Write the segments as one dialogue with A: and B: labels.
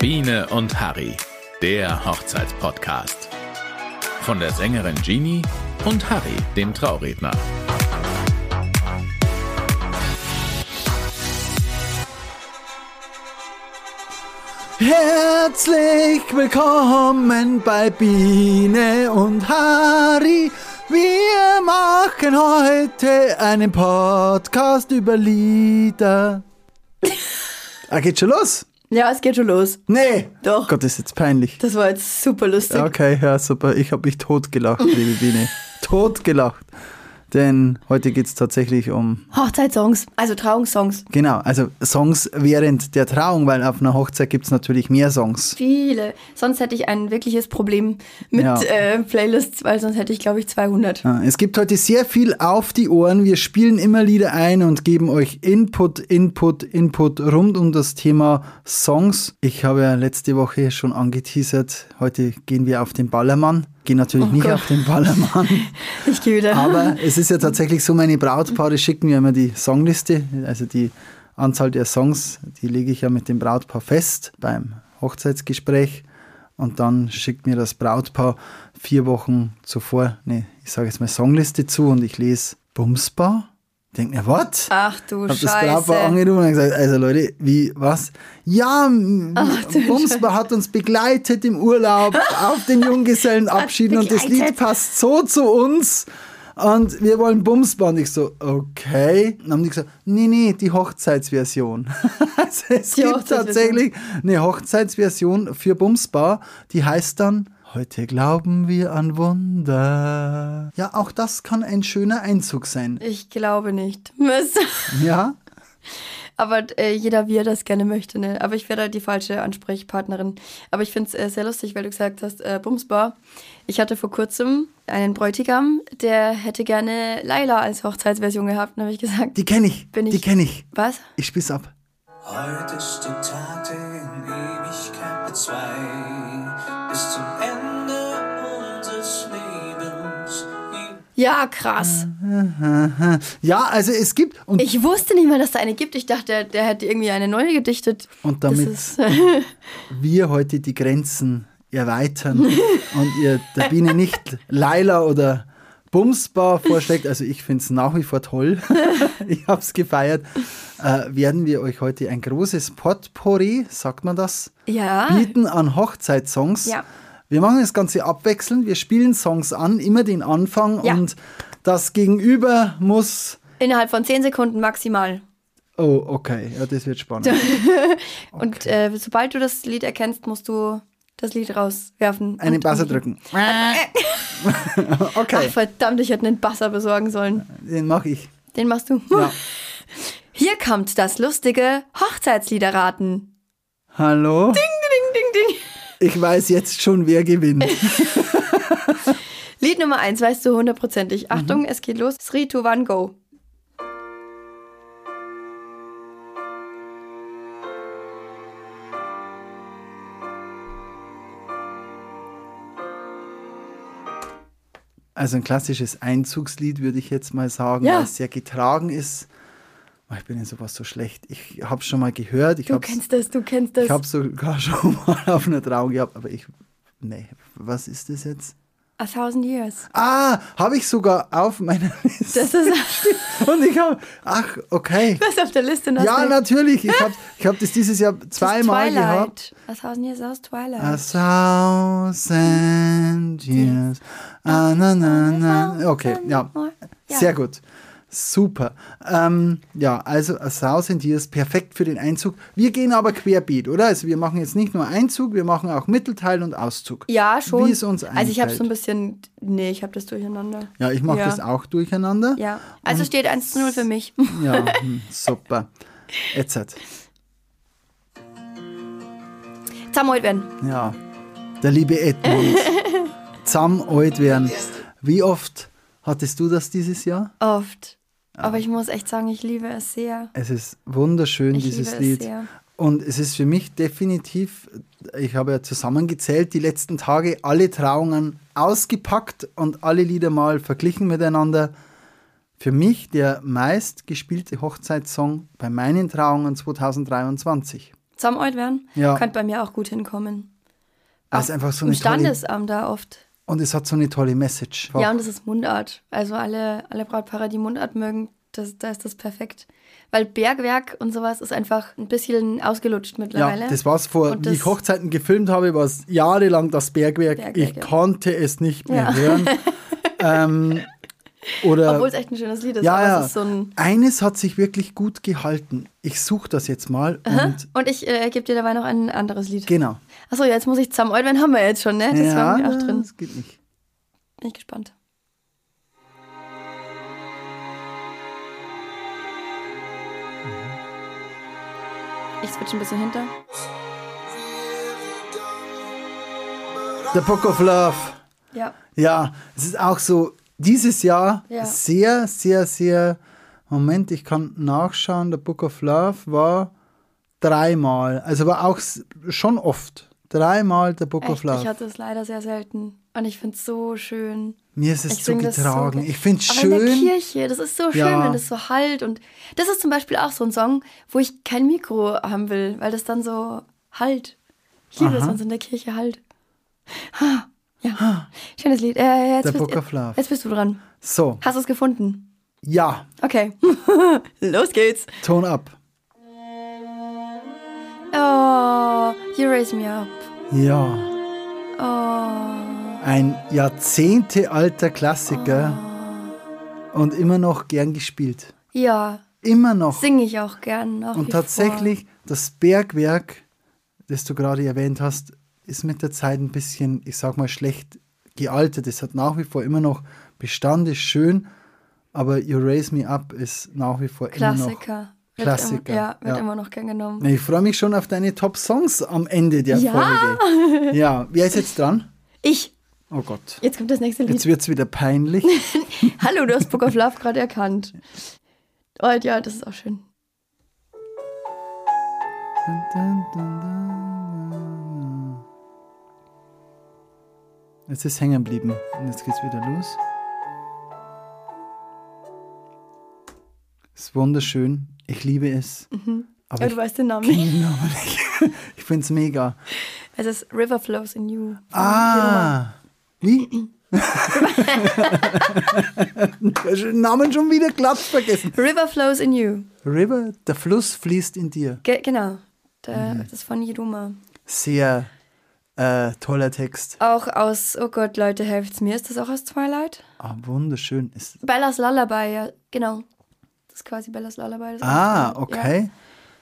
A: Biene und Harry, der Hochzeitspodcast. Von der Sängerin Jeannie und Harry, dem Trauredner.
B: Herzlich willkommen bei Biene und Harry. Wir machen heute einen Podcast über Lieder. Ah, geht schon los?
C: Ja, es geht schon los.
B: Nee.
C: Doch.
B: Gott, ist jetzt peinlich.
C: Das war jetzt super lustig.
B: Okay, ja, super. Ich habe mich totgelacht, liebe Biene. Totgelacht. Denn heute geht es tatsächlich um
C: Hochzeitssongs, also Trauungssongs.
B: Genau, also Songs während der Trauung, weil auf einer Hochzeit gibt es natürlich mehr Songs.
C: Viele. Sonst hätte ich ein wirkliches Problem mit
B: Ja.
C: äh, Playlists, weil sonst hätte ich, glaube ich, 200.
B: Ah, Es gibt heute sehr viel auf die Ohren. Wir spielen immer Lieder ein und geben euch Input, Input, Input rund um das Thema Songs. Ich habe ja letzte Woche schon angeteasert, heute gehen wir auf den Ballermann. Gehen natürlich nicht
C: Gott.
B: auf den Ballermann,
C: Ich gehe wieder.
B: aber es ist ja tatsächlich so, meine Brautpaare schicken mir immer die Songliste, also die Anzahl der Songs, die lege ich ja mit dem Brautpaar fest beim Hochzeitsgespräch. Und dann schickt mir das Brautpaar vier Wochen zuvor, nee, ich sage jetzt mal Songliste zu und ich lese Bumsbar. Denk mir, what?
C: Ach du
B: Hab das Brautpaar
C: Oh, Scheiße.
B: angerufen und gesagt, also Leute, wie, was? Ja, m-
C: Ah,
B: Bumsbar hat uns begleitet im Urlaub auf den Junggesellenabschied und das Lied
C: Begleitet.
B: passt so zu uns. Und wir wollen Bumsbar. Und ich so, okay. Dann haben die gesagt, nee, nee, die Hochzeitsversion. also es
C: Die
B: gibt
C: Hochzeitsversion.
B: tatsächlich eine Hochzeitsversion für Bumsbar, die heißt dann Heute glauben wir an Wunder. Ja, auch das kann ein schöner Einzug sein.
C: Ich glaube nicht. Mist.
B: Ja,
C: Aber äh, jeder, wie er das gerne möchte. Ne? Aber ich wäre da die falsche Ansprechpartnerin. Aber ich finde es äh, sehr lustig, weil du gesagt hast, äh, Bumsbar. Ich hatte vor kurzem einen Bräutigam, der hätte gerne Laila als Hochzeitsversion gehabt. Und habe ich gesagt,
B: die kenne ich.
C: Bin
B: Die
C: ich-
B: kenne ich.
C: was?
B: Ich spieß ab.
D: Heute ist der Tag, der in Ewigkeit zwei bis zum Ende unseres Lebens.
C: Ja, krass.
B: Ja, also es gibt und,
C: Ich wusste nicht mal, dass da eine gibt. Ich dachte, der, der hätte irgendwie eine neue gedichtet.
B: und
C: Das
B: damit
C: ist, äh,
B: wir heute die Grenzen erweitern und ihr der Biene nicht Laila oder Bumsbar vorschlägt, also ich finde es nach wie vor toll, ich habe es gefeiert, äh, werden wir euch heute ein großes Potpourri, sagt man das,
C: ja,
B: bieten an Hochzeitssongs.
C: Ah. Ja.
B: Wir machen das Ganze abwechselnd, wir spielen Songs an, immer den Anfang
C: Ja.
B: und das Gegenüber muss...
C: innerhalb von 10 Sekunden maximal.
B: Oh, okay, ja, das wird spannend.
C: Und äh, sobald du das Lied erkennst, musst du das Lied rauswerfen.
B: Einen
C: Und- Äh.
B: Buzzer drücken. okay,
C: Ach, verdammt, ich hätte einen Basser besorgen sollen.
B: den mache ich.
C: Den machst du.
B: Ja.
C: Hier kommt das lustige Hochzeitsliederraten.
B: Hallo?
C: Ding, ding, ding.
B: Ich weiß jetzt schon, wer gewinnt.
C: Lied Nummer 1 weißt du
B: Mhm.
C: hundertprozentig. Achtung, es geht los. 3, 2, 1, go.
B: Also ein klassisches Einzugslied, würde ich jetzt mal sagen,
C: Ja.
B: weil es sehr getragen ist. Oh, Ich bin in sowas so schlecht. Ich habe es schon mal gehört. Ich
C: Du
B: habe
C: kennst das, du kennst das.
B: es sogar schon mal auf einer Trauung gehabt, aber ich. Nee, was ist das jetzt?
C: A thousand years.
B: Ah, habe ich sogar auf meiner Liste.
C: Das ist
B: Und ich habe. Ach, okay.
C: das auf der Liste. und hast
B: Ja,
C: du-
B: natürlich. Ich habe ich hab das dieses Jahr zweimal
C: Twilight.
B: gehabt.
C: Was heißt denn jetzt aus Twilight?
B: A thousand years. Ah, na, na, na. Okay, ja.
C: Ja.
B: Sehr gut. Super. Ähm, ja, also A Thousand Years, perfekt für den Einzug. Wir gehen aber querbeet, oder? Also wir machen jetzt nicht nur Einzug, wir machen auch Mittelteil und Auszug.
C: ja, schon.
B: Wie es uns
C: also ich habe so
B: einfällt.
C: ein bisschen, nee, ich habe das durcheinander.
B: Ja, ich mache
C: Ja.
B: das auch durcheinander.
C: Ja, also steht 1 zu 0 für mich.
B: Ja, hm, super. Jetzt hat.
C: Zusammenholt werden.
B: Ja, der liebe Edmund. Zusammen alt werden. Wie oft hattest du das dieses Jahr?
C: Oft. Aber ich muss echt sagen, ich liebe es sehr.
B: Es ist wunderschön,
C: Ich
B: dieses
C: liebe es
B: Lied.
C: sehr.
B: Und es ist für mich definitiv, ich habe ja zusammengezählt, die letzten Tage alle Trauungen ausgepackt und alle Lieder mal verglichen miteinander. Für mich der meistgespielte Hochzeitssong bei meinen Trauungen 2023.
C: zusammenalt werden,
B: Ja.
C: könnte bei mir auch gut hinkommen.
B: Weil es einfach so
C: Im
B: eine tolle,
C: Standesamt da oft.
B: und es hat so eine tolle Message.
C: Ja, und das ist Mundart. Also alle, alle Brautpaare, die Mundart mögen, das, da ist das perfekt. Weil Bergwerk und sowas ist einfach ein bisschen ausgelutscht mittlerweile.
B: Ja, das war's vor,
C: Und
B: wie
C: das-
B: ich Hochzeiten gefilmt habe, war es jahrelang das Bergwerk.
C: Bergwerk,
B: ich
C: ja.
B: konnte es nicht mehr
C: Ja.
B: hören. ähm, oder
C: Obwohl es echt ein schönes Lied ist.
B: ja,
C: aber
B: ja.
C: Es ist so ein
B: eines hat sich wirklich gut gehalten. Ich suche das jetzt mal und
C: und ich äh, gebe dir dabei noch ein anderes Lied.
B: genau.
C: Achso, jetzt muss ich zusammen. Eudwein haben wir jetzt schon, ne? Das war mir auch drin.
B: das geht nicht.
C: Bin ich gespannt. Mhm. Ich switch ein bisschen hinter.
B: The Book of Love.
C: Ja.
B: Ja, es ist auch so dieses Jahr
C: Ja.
B: sehr, sehr, sehr. Moment, ich kann nachschauen. Der Book of Love war dreimal, also war auch s- schon oft. Dreimal der Book of
C: Echt, ich
B: Love.
C: hatte es leider sehr selten. Und ich finde es so schön.
B: Mir ist es
C: Ich
B: zu
C: sing das so
B: getragen.
C: ge-
B: ich finde es
C: Aber in der
B: schön.
C: Kirche, das ist so schön,
B: Ja.
C: wenn das so halt. Und das ist zum Beispiel auch so ein Song, wo ich kein Mikro haben will, weil das dann so halt. Ich liebe es,
B: Aha.
C: wenn es in der Kirche halt. Ha, ja. Schönes Lied. Äh, jetzt,
B: The
C: bist,
B: Book of Love.
C: jetzt bist du dran.
B: So,
C: Hast du es gefunden?
B: ja,
C: Okay. Los geht's.
B: Ton ab.
C: Oh, you raise me up.
B: Ja,
C: Oh.
B: ein jahrzehntealter Klassiker
C: Oh.
B: und immer noch gern gespielt.
C: Ja,
B: Immer noch.
C: singe ich auch gern. Nach wie
B: Und tatsächlich, das Bergwerk, das du gerade erwähnt hast, ist mit der Zeit ein bisschen, ich sag mal, schlecht gealtert. Es hat nach wie vor immer noch Bestand, ist schön, aber You Raise Me Up ist nach wie vor
C: Vor.
B: immer noch.
C: Klassiker. Wird im-
B: Klassiker,
C: Ja,
B: ja.
C: wird immer noch gern genommen.
B: Na, Ich freue mich schon auf deine Top-Songs am Ende der
C: Ja.
B: Folge. Ja, wer ist jetzt dran?
C: Ich.
B: Oh Gott.
C: Jetzt kommt das nächste Lied.
B: Jetzt wird es wieder peinlich.
C: Hallo, du hast Book of Love gerade erkannt. Oh, ja, das ist auch schön.
B: Jetzt ist hängen geblieben. Und jetzt geht's wieder los. Ist wunderschön. Ich liebe es. Aber
C: Aber du weißt den Namen nicht.
B: ich, ich finde es mega.
C: Es ist River Flows in You.
B: Ah! Wie? Den Namen schon wieder glatt vergessen.
C: River Flows in You.
B: River, der Fluss fließt in dir.
C: Ge genau. Da,
B: Mhm.
C: Das ist von Jeduma.
B: Sehr äh, toller Text.
C: Auch aus, oh Gott, Leute, helft's mir. Ist das auch aus Twilight?
B: Ah, wunderschön. Ist,
C: Bellas Lullaby, ja, genau. Das ist quasi Bellas Lullaby. das ist
B: ah,
C: auch Twilight,
B: okay.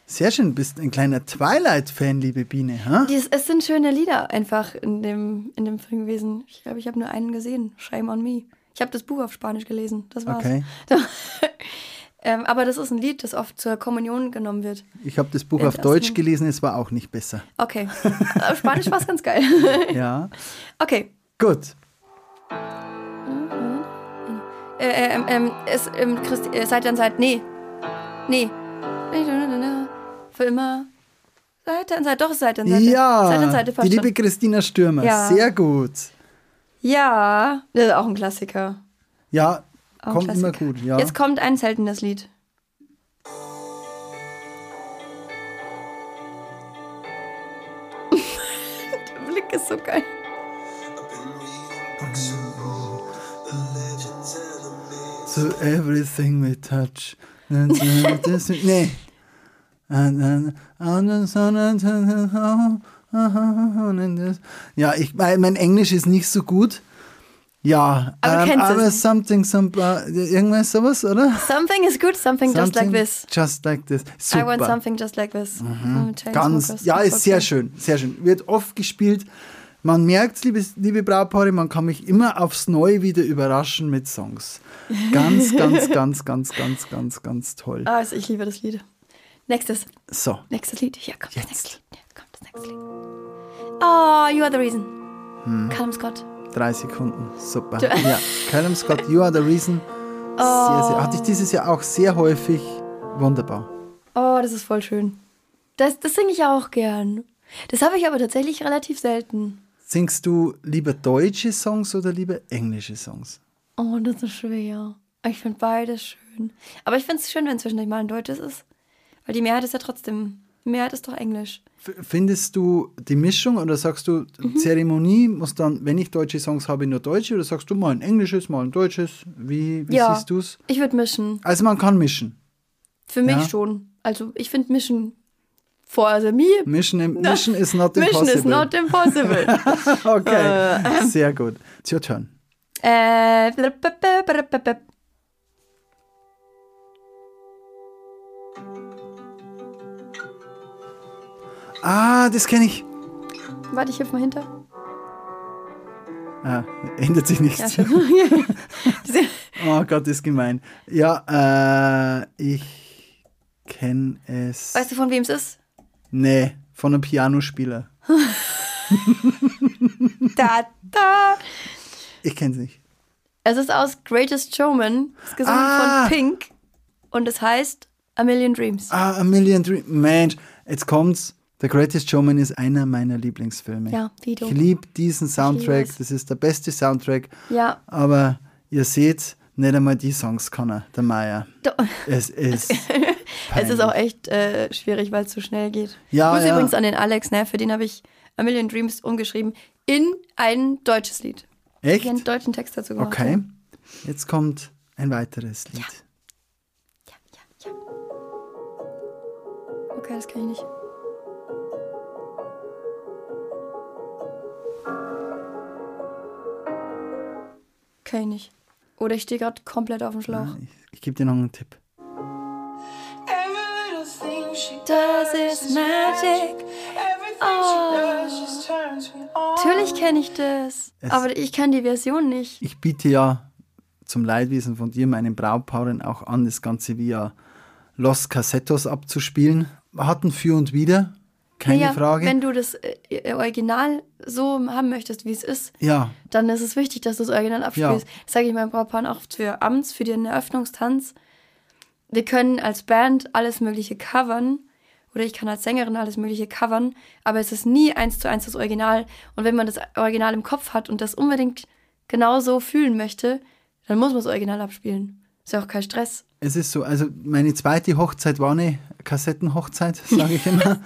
B: Sehr schön. Bist ein kleiner Twilight-Fan, liebe Biene. Ha?
C: Ja. Dies, es sind schöne Lieder einfach in dem, in dem Film gewesen. Ich glaube, ich habe nur einen gesehen. Shame on Me. Ich habe das Buch auf Spanisch gelesen. Das war's.
B: Okay.
C: Ähm, aber das ist ein Lied, das oft zur Kommunion genommen wird.
B: Ich habe das Buch
C: Ja,
B: auf
C: das
B: Deutsch
C: nicht.
B: gelesen, es war auch nicht besser.
C: Okay. Auf Spanisch war es ganz geil.
B: Ja.
C: Okay.
B: Gut.
C: Äh, äh, ähm, ähm, es, ähm, Christi, äh, Seite an Seite. Nee. Nee. Für immer. Seite an Seite. Doch, Seite an Seite. Seite an
B: Ja,
C: Seite
B: die
C: passt
B: liebe
C: schon.
B: Christina Stürmer.
C: Ja.
B: Sehr gut.
C: Ja. Das ist auch ein Klassiker.
B: Ja,
C: Auch ein
B: kommt
C: Klassiker.
B: immer gut. Ja.
C: Jetzt kommt ein seltenes Lied. Der Blick ist so geil.
B: So everything we touch. nee. Ja, ich, mein mein Englisch ist nicht so gut. Ja,
C: Aber
B: ähm,
C: kennst du's?
B: aber something, some, äh, irgendwas sowas, oder?
C: Something is good, something, just like
B: Something
C: this.
B: Just like this. Super.
C: I want something just like this. Mhm.
B: Ganz, ja, ist sehr schön, sehr schön. Wird oft gespielt. Man merkt, liebe, liebe Brautpaare, man kann mich immer aufs Neue wieder überraschen mit Songs. Ganz, ganz, ganz, ganz, ganz, ganz, ganz toll.
C: Ah, also ich liebe das Lied. Nächstes,
B: So,
C: nächstes Lied. Hier kommt
B: Jetzt.
C: das nächste Lied. Hier kommt das nächste Lied. Oh, you are the reason.
B: Mhm.
C: Calum Scott.
B: drei Sekunden. Super. Ja. Callum Scott, You Are the Reason. Sehr, sehr. Hatte ich dieses Jahr auch sehr häufig. Wunderbar.
C: Oh, das ist voll schön. Das, das singe ich auch gern. Das habe ich aber tatsächlich relativ selten.
B: Singst du lieber deutsche Songs oder lieber englische Songs?
C: Oh, das ist schwer. Ah, Ich finde beides schön. Aber ich finde es schön, wenn zwischendurch mal ein deutsches ist. Weil die Mehrheit ist ja trotzdem Mehrheit ist doch Englisch.
B: F- Findest du die Mischung oder sagst du,
C: Mhm.
B: Zeremonie muss dann, wenn ich deutsche Songs habe, nur deutsche oder sagst du mal ein englisches, mal ein deutsches? Wie, wie
C: ja.
B: siehst du es?
C: Ich würde mischen.
B: Also man kann mischen.
C: Für mich
B: Ja.
C: schon. Also ich finde mischen also for the me.
B: Mischen, im, mischen is not
C: Mission
B: impossible.
C: is not impossible.
B: okay, sehr gut. It's your turn.
C: äh, blub, blub, blub, blub, blub, blub.
B: Ah, das kenne ich.
C: Warte, ich hilf mal hinter.
B: Ah, ändert sich nichts.
C: Ja, schon. Diese-
B: Oh Gott, das ist gemein. Ja, äh, ich kenne es.
C: weißt du, von wem es ist?
B: Nee, von einem Pianospieler.
C: Da, da.
B: Ich kenne es nicht.
C: Es ist aus Greatest Showman, ist gesungen
B: Ah.
C: von Pink und es heißt A Million Dreams.
B: Ah, A Million Dreams. Mensch, jetzt kommt's. The Greatest Showman ist einer meiner Lieblingsfilme.
C: Ja, wie du.
B: Ich liebe diesen Soundtrack.
C: es.
B: Das ist der beste Soundtrack.
C: Ja.
B: Aber ihr seht, nicht einmal die Songs kann er, der Meier.
C: Da-
B: Es ist.
C: Es ist
B: peinlich.
C: auch echt äh, schwierig, weil es so schnell geht.
B: Ja,
C: Grüße
B: ja.
C: übrigens an den Alex, ne? für den habe ich A Million Dreams umgeschrieben in ein deutsches Lied. Ich habe einen
B: Echt?
C: deutschen Text dazu gemacht.
B: Okay. Jetzt kommt ein weiteres Lied.
C: Ja, ja, ja. Okay, das kann ich nicht. Kann ich nicht. Oder ich stehe gerade komplett auf dem Schlauch.
B: Ich, ich gebe dir noch einen Tipp.
D: Every little thing she
C: Das
D: does
C: ist
D: is
C: magic.
D: magic. Everything
C: Oh.
D: she does just turns me on.
C: Natürlich kenne ich das,
B: Es-
C: aber ich kenne die Version nicht.
B: Ich biete ja zum Leidwesen von dir meinen Braupaaren auch an, das Ganze via Los Cassettos abzuspielen. Wir hatten für und wieder, keine
C: Naja,
B: Frage.
C: Wenn du das äh, äh, Original so haben möchtest, wie es ist,
B: ja,
C: dann ist es wichtig, dass du das Original abspielst. Das sage ich meinem Brautpaar auch für Amts, für den Eröffnungstanz. Wir können als Band alles Mögliche covern oder ich kann als Sängerin alles Mögliche covern, aber es ist nie eins zu eins das Original. Und wenn man das Original im Kopf hat und das unbedingt genauso fühlen möchte, dann muss man das Original abspielen. Ist ja auch kein Stress.
B: es ist so. Also meine zweite Hochzeit war eine Kassettenhochzeit, sage ich immer.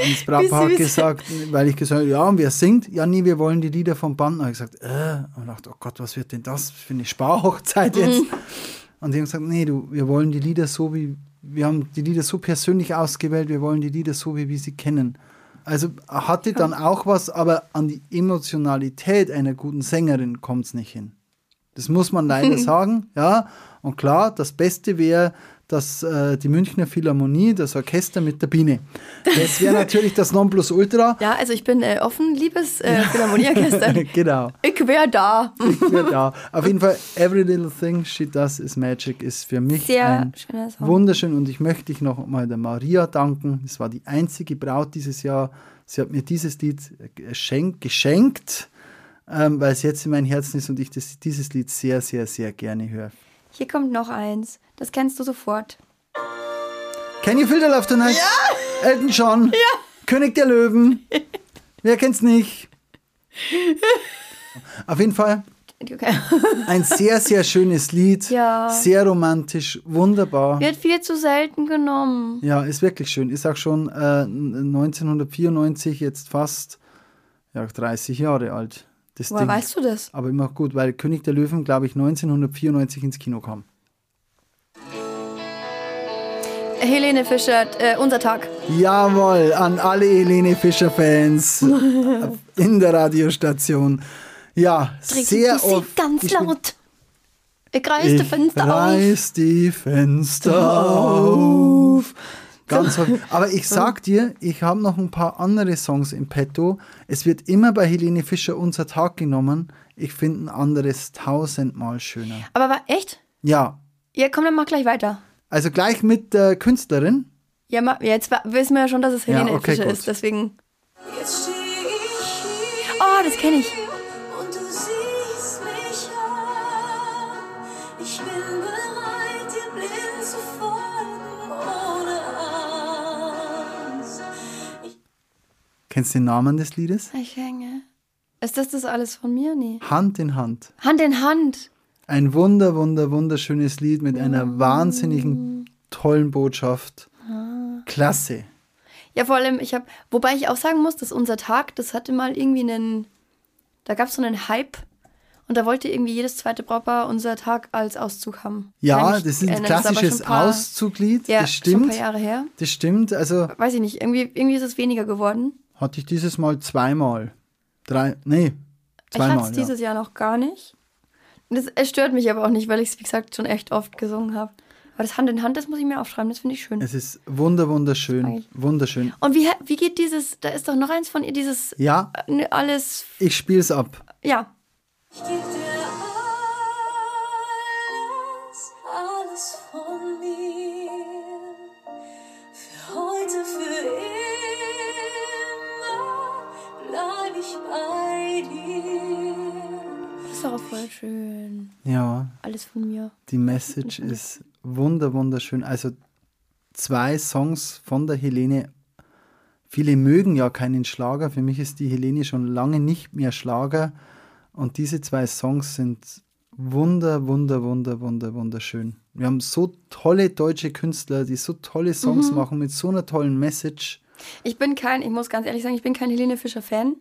B: Und das Brautpaar hat
C: süß.
B: gesagt, weil ich gesagt habe, ja, und wer singt? Ja, nee, wir wollen die Lieder vom Band. Und ich gesagt, äh, und dachte, oh Gott, was wird denn das für eine Sparhochzeit jetzt? Und die haben gesagt, nee, du, wir wollen die Lieder so wie, wir haben die Lieder so persönlich ausgewählt, wir wollen die Lieder so wie wir sie kennen. Also hatte dann auch was, aber an die Emotionalität einer guten Sängerin kommt es nicht hin. Das muss man leider sagen, ja. Und klar, das Beste wäre, dass äh, die Münchner Philharmonie, das Orchester mit der Biene. Das wäre natürlich das Nonplusultra.
C: Ja, also ich bin äh, offen, liebes äh, Philharmonieorchester.
B: genau.
C: ich wär da.
B: ja, auf jeden Fall, Every Little Thing She Does Is Magic ist für mich
C: Sehr
B: ein
C: schöner Song.
B: wunderschön und ich möchte dich noch mal der Maria danken. Das war die einzige Braut dieses Jahr. Sie hat mir dieses Lied geschenkt, geschenkt ähm, weil es jetzt in meinem Herzen ist und ich das, dieses Lied sehr, sehr, sehr gerne höre.
C: Hier kommt noch eins. Das kennst du sofort.
B: Can you feel the love tonight? Ja! Elton John. Ja! König der Löwen. Wer kennt's nicht? Auf jeden Fall
C: Okay.
B: ein sehr, sehr schönes Lied.
C: Ja.
B: Sehr romantisch, wunderbar.
C: Wird viel zu selten genommen.
B: Ja, ist wirklich schön. Ist auch schon äh, 1994 jetzt fast ja, 30 Jahre alt. Das
C: Woher
B: Ding.
C: weißt du das?
B: Aber immer gut, weil König der Löwen, glaube ich, 1994 ins Kino kam.
C: Helene Fischer, äh, unser Tag.
B: Jawohl, an alle Helene Fischer-Fans in der Radiostation. Ja, sehr
C: Musik
B: oft.
C: ganz
B: ich bin-
C: laut. Ich reiß die
B: Ich
C: Fenster auf.
B: reiß die Fenster auf. Ganz häufig. Aber ich sag dir, ich habe noch ein paar andere Songs im Petto. Es wird immer bei Helene Fischer unser Tag genommen. Ich finde ein anderes tausendmal schöner.
C: Aber war echt?
B: Ja,
C: Ja, komm, dann mach gleich weiter.
B: also gleich mit der Künstlerin.
C: Ja, ma, ja, jetzt wa- wissen wir ja schon, dass es Helene
B: Ja, okay,
C: Fischer
B: gut.
C: ist, deswegen.
D: Jetzt steh ich hier.
C: Oh, das kenn ich.
D: Und du siehst mich an. Ich bin bereit, dir blind zu folgen, ohne Angst. Ich
B: Kennst du den Namen des Liedes?
C: Ich hänge. Ist das das alles von mir? Nee.
B: Hand in Hand.
C: Hand in Hand.
B: Ein wunder, wunder, wunderschönes
C: Mm. Ah.
B: Lied mit einer wahnsinnigen, tollen Botschaft. Klasse.
C: Ja, vor allem, ich habe, wobei ich auch sagen muss, dass unser Tag, das hatte mal irgendwie einen, da gab es so einen Hype und da wollte irgendwie jedes zweite Brautpaar unser Tag als Auszug haben.
B: Ja,
C: Nein, nicht-
B: das ist ein
C: äh, aber
B: klassisches
C: schon ein paar-
B: Auszuglied,
C: Ja,
B: das
C: schon ein
B: stimmt.
C: paar Jahre her.
B: Das stimmt, also
C: Weiß ich nicht, irgendwie, irgendwie ist es weniger geworden.
B: hatte ich dieses Mal zweimal. Drei, nee,
C: ich hatte
B: zweimal.
C: es
B: Ja.
C: dieses Jahr noch gar nicht. Das, es stört mich aber auch nicht, weil ich es, wie gesagt, schon echt oft gesungen habe. Aber das Hand in Hand, das muss ich mir aufschreiben, das finde ich schön.
B: Es ist wunder, wunderschön,
C: Eigentlich.
B: wunderschön.
C: Und wie, wie geht dieses, da ist doch noch eins von ihr, dieses
B: Ja,
C: äh, ne, alles,
B: ich spiele es ab.
C: ja,
D: Ich geb dir alles, alles von mir. Für heute, für immer bleib ich bei dir.
C: das ist doch auch voll schön.
B: Ja,
C: Alles von mir.
B: die Message ist wunder, wunderschön. Also zwei Songs von der Helene. Viele mögen ja keinen Schlager. Für mich ist die Helene schon lange nicht mehr Schlager. Und diese zwei Songs sind wunder, wunder, wunder, wunder, wunderschön. Wir haben so tolle deutsche Künstler, die so tolle Songs machen mit so einer tollen Message.
C: Ich bin kein, ich muss ganz ehrlich sagen, ich bin kein Helene Fischer-Fan,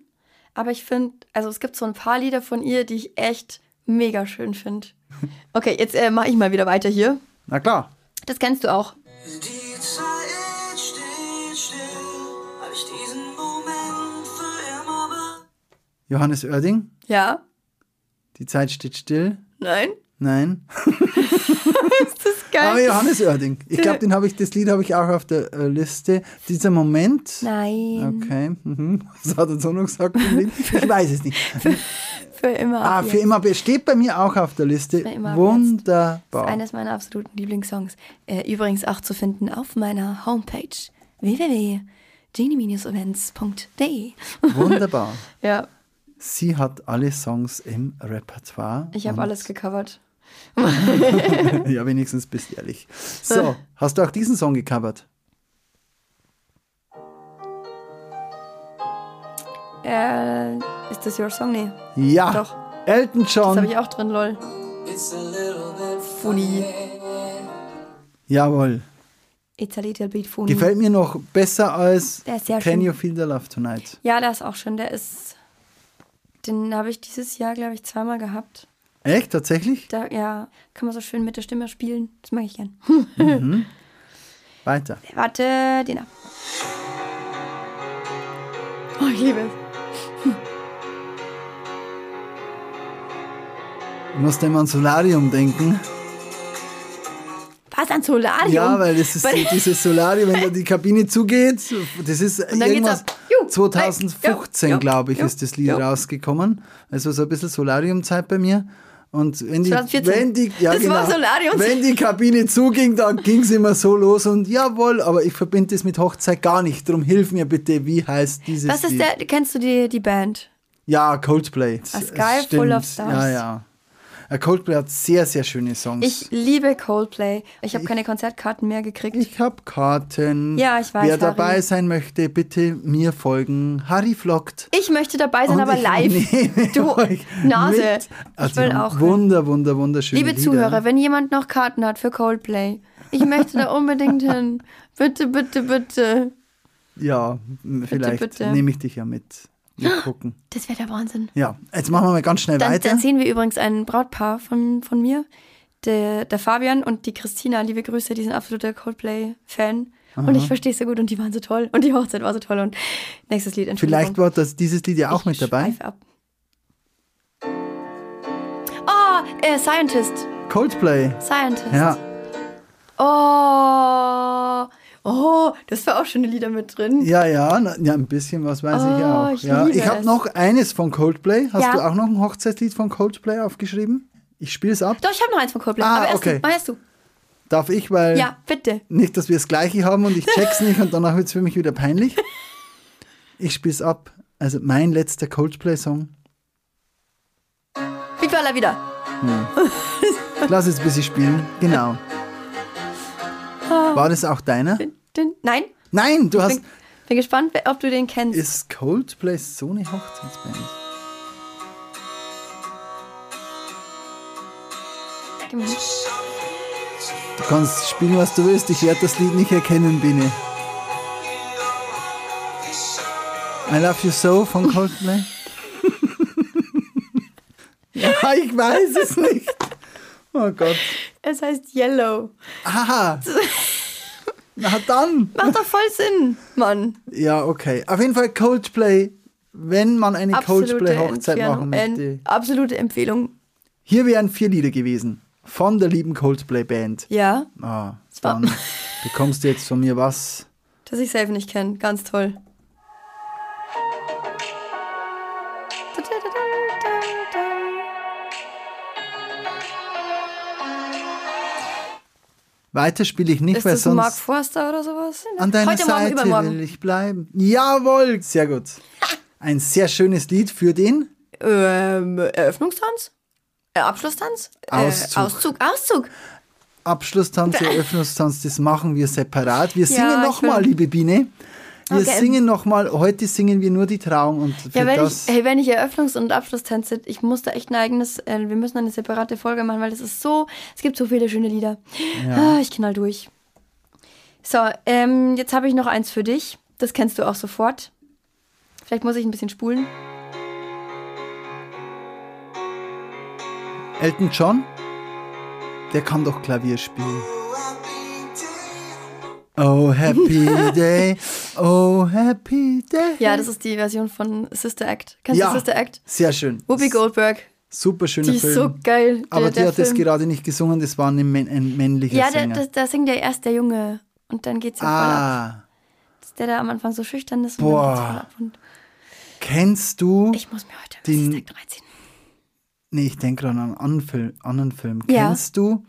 C: aber ich finde, also es gibt so ein paar Lieder von ihr, die ich echt mega schön finde. Okay, jetzt äh, mache ich mal wieder weiter hier.
B: Na klar.
C: Das kennst du auch.
D: Die Zeit steht still, hab ich diesen Moment für immer be
B: Johannes Oerding,
C: Ja?
B: die Zeit steht still.
C: Nein?
B: Nein.
C: Ist das
B: Aber
C: geil?
B: Johannes Oerding. Ich glaube, den habe ich, das Lied habe ich auch auf der äh, Liste. Dieser Moment.
C: Nein.
B: Okay. Mhm. Was hat er so noch gesagt? im Lied? Ich weiß es nicht.
C: Für immer.
B: Ah,
C: ab
B: für
C: jetzt.
B: immer be- steht bei mir auch auf der Liste.
C: Für immer ab Das ist
B: Wunderbar.
C: eines meiner absoluten Lieblingssongs. Äh, übrigens auch zu finden auf meiner Homepage www.genie-events.de.
B: Wunderbar.
C: Ja,
B: Sie hat alle Songs im Repertoire.
C: ich habe
B: Und-
C: alles gecovert.
B: Ja, wenigstens bist du ehrlich. So, hast du auch diesen Song gecovert?
C: Äh, ist das your song? Nee.
B: Ja.
C: Doch.
B: Elton
C: Das habe ich
B: John.
C: auch drin, lol.
D: It's a little bit
C: Funny.
B: Jawohl.
C: Mhm. It's a little bit funny.
B: Gefällt mir noch besser als
C: Der ist sehr
B: Can
C: schön.
B: You Feel the Love Tonight.
C: ja, der ist auch schön. Der ist. Den habe ich dieses Jahr, glaube ich, zweimal gehabt.
B: Echt? Tatsächlich?
C: Da, ja, kann man so schön mit der Stimme spielen. Das mag ich gern. Hm.
B: Weiter.
C: Warte, den ab. Oh, ich liebe es.
B: Du musst immer an Solarium denken.
C: Was, an Solarium?
B: Ja, weil das ist
C: Weil-
B: dieses Solarium, wenn da die Kabine zugeht, das ist
C: dann geht's
B: irgendwas.
C: ab. Juhu.
B: 2015,
C: Ei, ja,
B: glaube ich,
C: ja,
B: ist das Lied
C: ja.
B: rausgekommen. Also so ein bisschen Solariumzeit bei mir. Und wenn die,
C: 2014.
B: wenn die, ja,
C: Das
B: genau,
C: war Solariumzeit.
B: wenn die Kabine zuging, dann ging es immer so los und jawohl, aber ich verbinde das mit Hochzeit gar nicht. Drum hilf mir bitte, wie heißt dieses
C: Was ist
B: Lied?
C: der, kennst du die, die Band?
B: Ja, Coldplay.
C: A Sky
B: Es
C: Full
B: stimmt.
C: of Stars.
B: Ja, ja. Ja, Coldplay hat sehr, sehr schöne Songs.
C: Ich liebe Coldplay. Ich habe keine Konzertkarten mehr gekriegt.
B: Ich habe Karten.
C: Ja, ich weiß,
B: Wer dabei
C: Harry.
B: sein möchte, bitte mir folgen. Harry vloggt.
C: Ich möchte dabei sein,
B: Und
C: aber
B: Oh, ich nehme
C: live. Du
B: euch
C: Nase.
B: mit.
C: Ich
B: Also
C: will auch.
B: Wunder, wunder, wunderschöne
C: Liebe
B: Lieder.
C: Zuhörer, wenn jemand noch Karten hat für Coldplay, ich möchte da unbedingt hin. Bitte, bitte, bitte.
B: Ja, m- vielleicht
C: bitte.
B: nehme ich dich ja mit. Mal gucken.
C: Das wäre der Wahnsinn.
B: Ja, jetzt machen wir mal ganz schnell
C: Dann,
B: weiter.
C: dann sehen wir übrigens ein Brautpaar von, von mir, der, der Fabian und die Christina. Liebe Grüße, die sind absoluter Coldplay-Fan. Und ich verstehe es so gut und die waren so toll. Und die Hochzeit war so toll. Und nächstes Lied, Entschuldigung.
B: vielleicht war das, dieses Lied ja auch
C: Ich
B: mit dabei.
C: schweife Ab. Oh, äh, Scientist.
B: Coldplay.
C: Scientist.
B: Ja,
C: Oh, oh, das war auch schöne Lieder mit drin.
B: ja, ja, na- ja, ein bisschen was weiß ich
C: Oh,
B: ja auch.
C: ich
B: ja.
C: liebe
B: ich habe
C: es.
B: noch eines von Coldplay. Hast
C: Ja.
B: du auch noch ein Hochzeitslied von Coldplay aufgeschrieben? Ich spiele es ab.
C: Doch, ich habe noch eins von Coldplay.
B: Ah,
C: aber erst
B: okay.
C: du. Mach erst du.
B: Darf ich, weil
C: Ja, bitte.
B: Nicht, dass wir das Gleiche haben und ich check's nicht und danach wird's für mich wieder peinlich. Ich spiel's ab. Also mein letzter Coldplay-Song.
C: Big Baller wieder.
B: Lass es ein bisschen spielen. Genau. War das auch deiner?
C: Dün, dün. Nein?
B: Nein, du hast.
C: Bin, bin gespannt, wer- ob du den kennst.
B: Ist Coldplay so eine Hochzeitsband? Du kannst spielen, was du willst. Ich werde das Lied nicht erkennen, Bine. I Love You So von Coldplay? ja, ich weiß es nicht. Oh Gott.
C: Es heißt Yellow.
B: Aha. Na dann.
C: Macht doch voll Sinn, Mann.
B: Ja, okay. Auf jeden Fall Coldplay, wenn man eine
C: Absolute,
B: Coldplay-Hochzeit machen
C: Empfehlung,
B: möchte.
C: äh, absolute Empfehlung.
B: Hier wären vier Lieder gewesen von der lieben Coldplay-Band.
C: Ja,
B: Ah,
C: war-
B: dann bekommst du jetzt von mir was?
C: dass ich selber nicht kenne. Ganz toll.
B: Weiter spiele ich nicht,
C: Ist
B: weil
C: das Mark
B: sonst
C: Forster oder sowas?
B: an deiner
C: Heute Morgen,
B: Seite will
C: übermorgen.
B: ich bleiben. Jawohl, sehr gut. Ein sehr schönes Lied für den
C: Ähm, Eröffnungstanz? Äh, Abschlusstanz?
B: Auszug.
C: Äh, Auszug, Auszug.
B: Abschlusstanz, Eröffnungstanz, das machen wir separat. Wir singen
C: ich
B: nochmal,
C: will-
B: liebe Biene. Wir
C: Okay.
B: singen nochmal, heute singen wir nur die Trauung und für
C: Ja, wenn
B: das.
C: ich, hey, wenn ich Eröffnungs- und Abschlusstänze, ich muss da echt ein eigenes, äh, wir müssen eine separate Folge machen, weil das ist so, es gibt so viele schöne Lieder. Ah, ich knall durch. So, ähm, jetzt habe ich noch eins für dich. Das kennst du auch sofort. Vielleicht muss ich ein bisschen spulen.
B: Elton John, der kann doch Klavier spielen. Oh, happy day, oh, happy day.
C: Ja, das ist die Version von Sister Act. Kennst
B: Ja.
C: du Sister Act?
B: Sehr schön.
C: Whoopi Goldberg,
B: Super schöner
C: die ist
B: Film.
C: so geil. Der-
B: Aber die
C: der
B: hat das
C: Film.
B: gerade nicht gesungen, das war ein, män ein männlicher
C: Ja, da,
B: Sänger.
C: da, da singt ja erst der Junge und dann geht's ja voll ab.
B: ah,
C: Dass Der da am Anfang so schüchtern ist und
B: Boah.
C: dann geht's voll ab. Und
B: kennst du.
C: ich muss mir heute
B: Den-
C: Sister Act reinziehen.
B: Nee, ich denke gerade an einen anderen Film. Anderen Film.
C: Ja.
B: Kennst du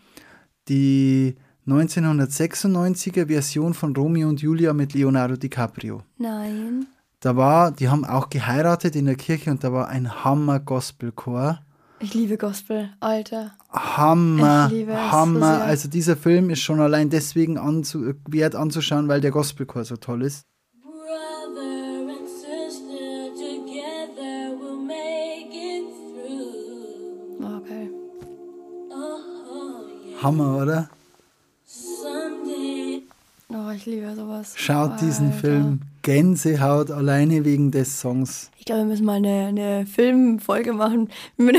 B: die 1996er Version von Romeo und Julia mit Leonardo DiCaprio?
C: Nein.
B: Da war, die haben auch geheiratet in der Kirche und da war ein Hammer-Gospelchor.
C: Ich liebe Gospel, Alter.
B: Hammer,
C: Ich liebe es so
B: Hammer.
C: sehr.
B: also dieser Film ist schon allein deswegen anzu wert anzuschauen, weil der Gospelchor so toll ist.
E: Brother and sister, together we'll make it through.
C: Oh, geil.
E: Oh, yeah.
B: Hammer, oder?
E: Someday.
C: Oh, ich liebe sowas.
B: Schaut
C: Alter.
B: diesen Film. Gänsehaut alleine wegen des Songs.
C: Ich glaube, wir müssen mal eine, eine Filmfolge machen. Mit-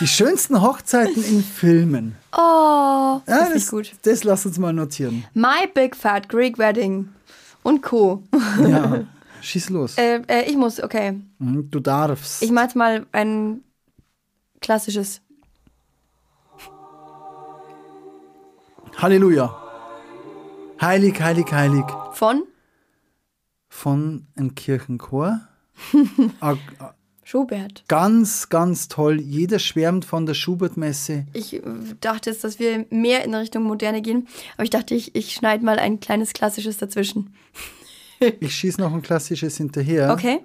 B: Die schönsten Hochzeiten in Filmen.
C: Oh,
B: Ja,
C: das ist nicht gut.
B: Das lass uns mal notieren.
C: My Big Fat Greek Wedding und Co.
B: Ja, schieß los.
C: äh, äh, ich muss, okay.
B: Mhm, Du darfst.
C: Ich mache jetzt mal ein klassisches.
B: Halleluja. Heilig, heilig, heilig.
C: Von
B: Von einem Kirchenchor. Ah, ah,
C: Schubert.
B: ganz, ganz toll. Jeder schwärmt von der Schubert-Messe.
C: Ich äh, dachte jetzt, dass wir mehr in Richtung Moderne gehen, aber ich dachte, ich, ich schneide mal ein kleines klassisches dazwischen.
B: Ich schieß noch ein klassisches hinterher.
C: Okay?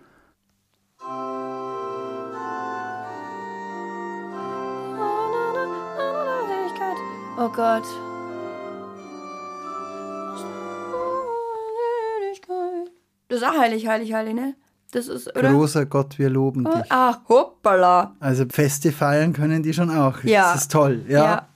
C: Oh Gott. Das ist auch heilig, heilig, heilig, ne? Das ist, oder?
B: Großer Gott, wir loben
C: Oh,
B: dich.
C: ah, hoppala.
B: Also Feste feiern können die schon auch.
C: Ja.
B: Das ist toll. Ja.
C: Ja.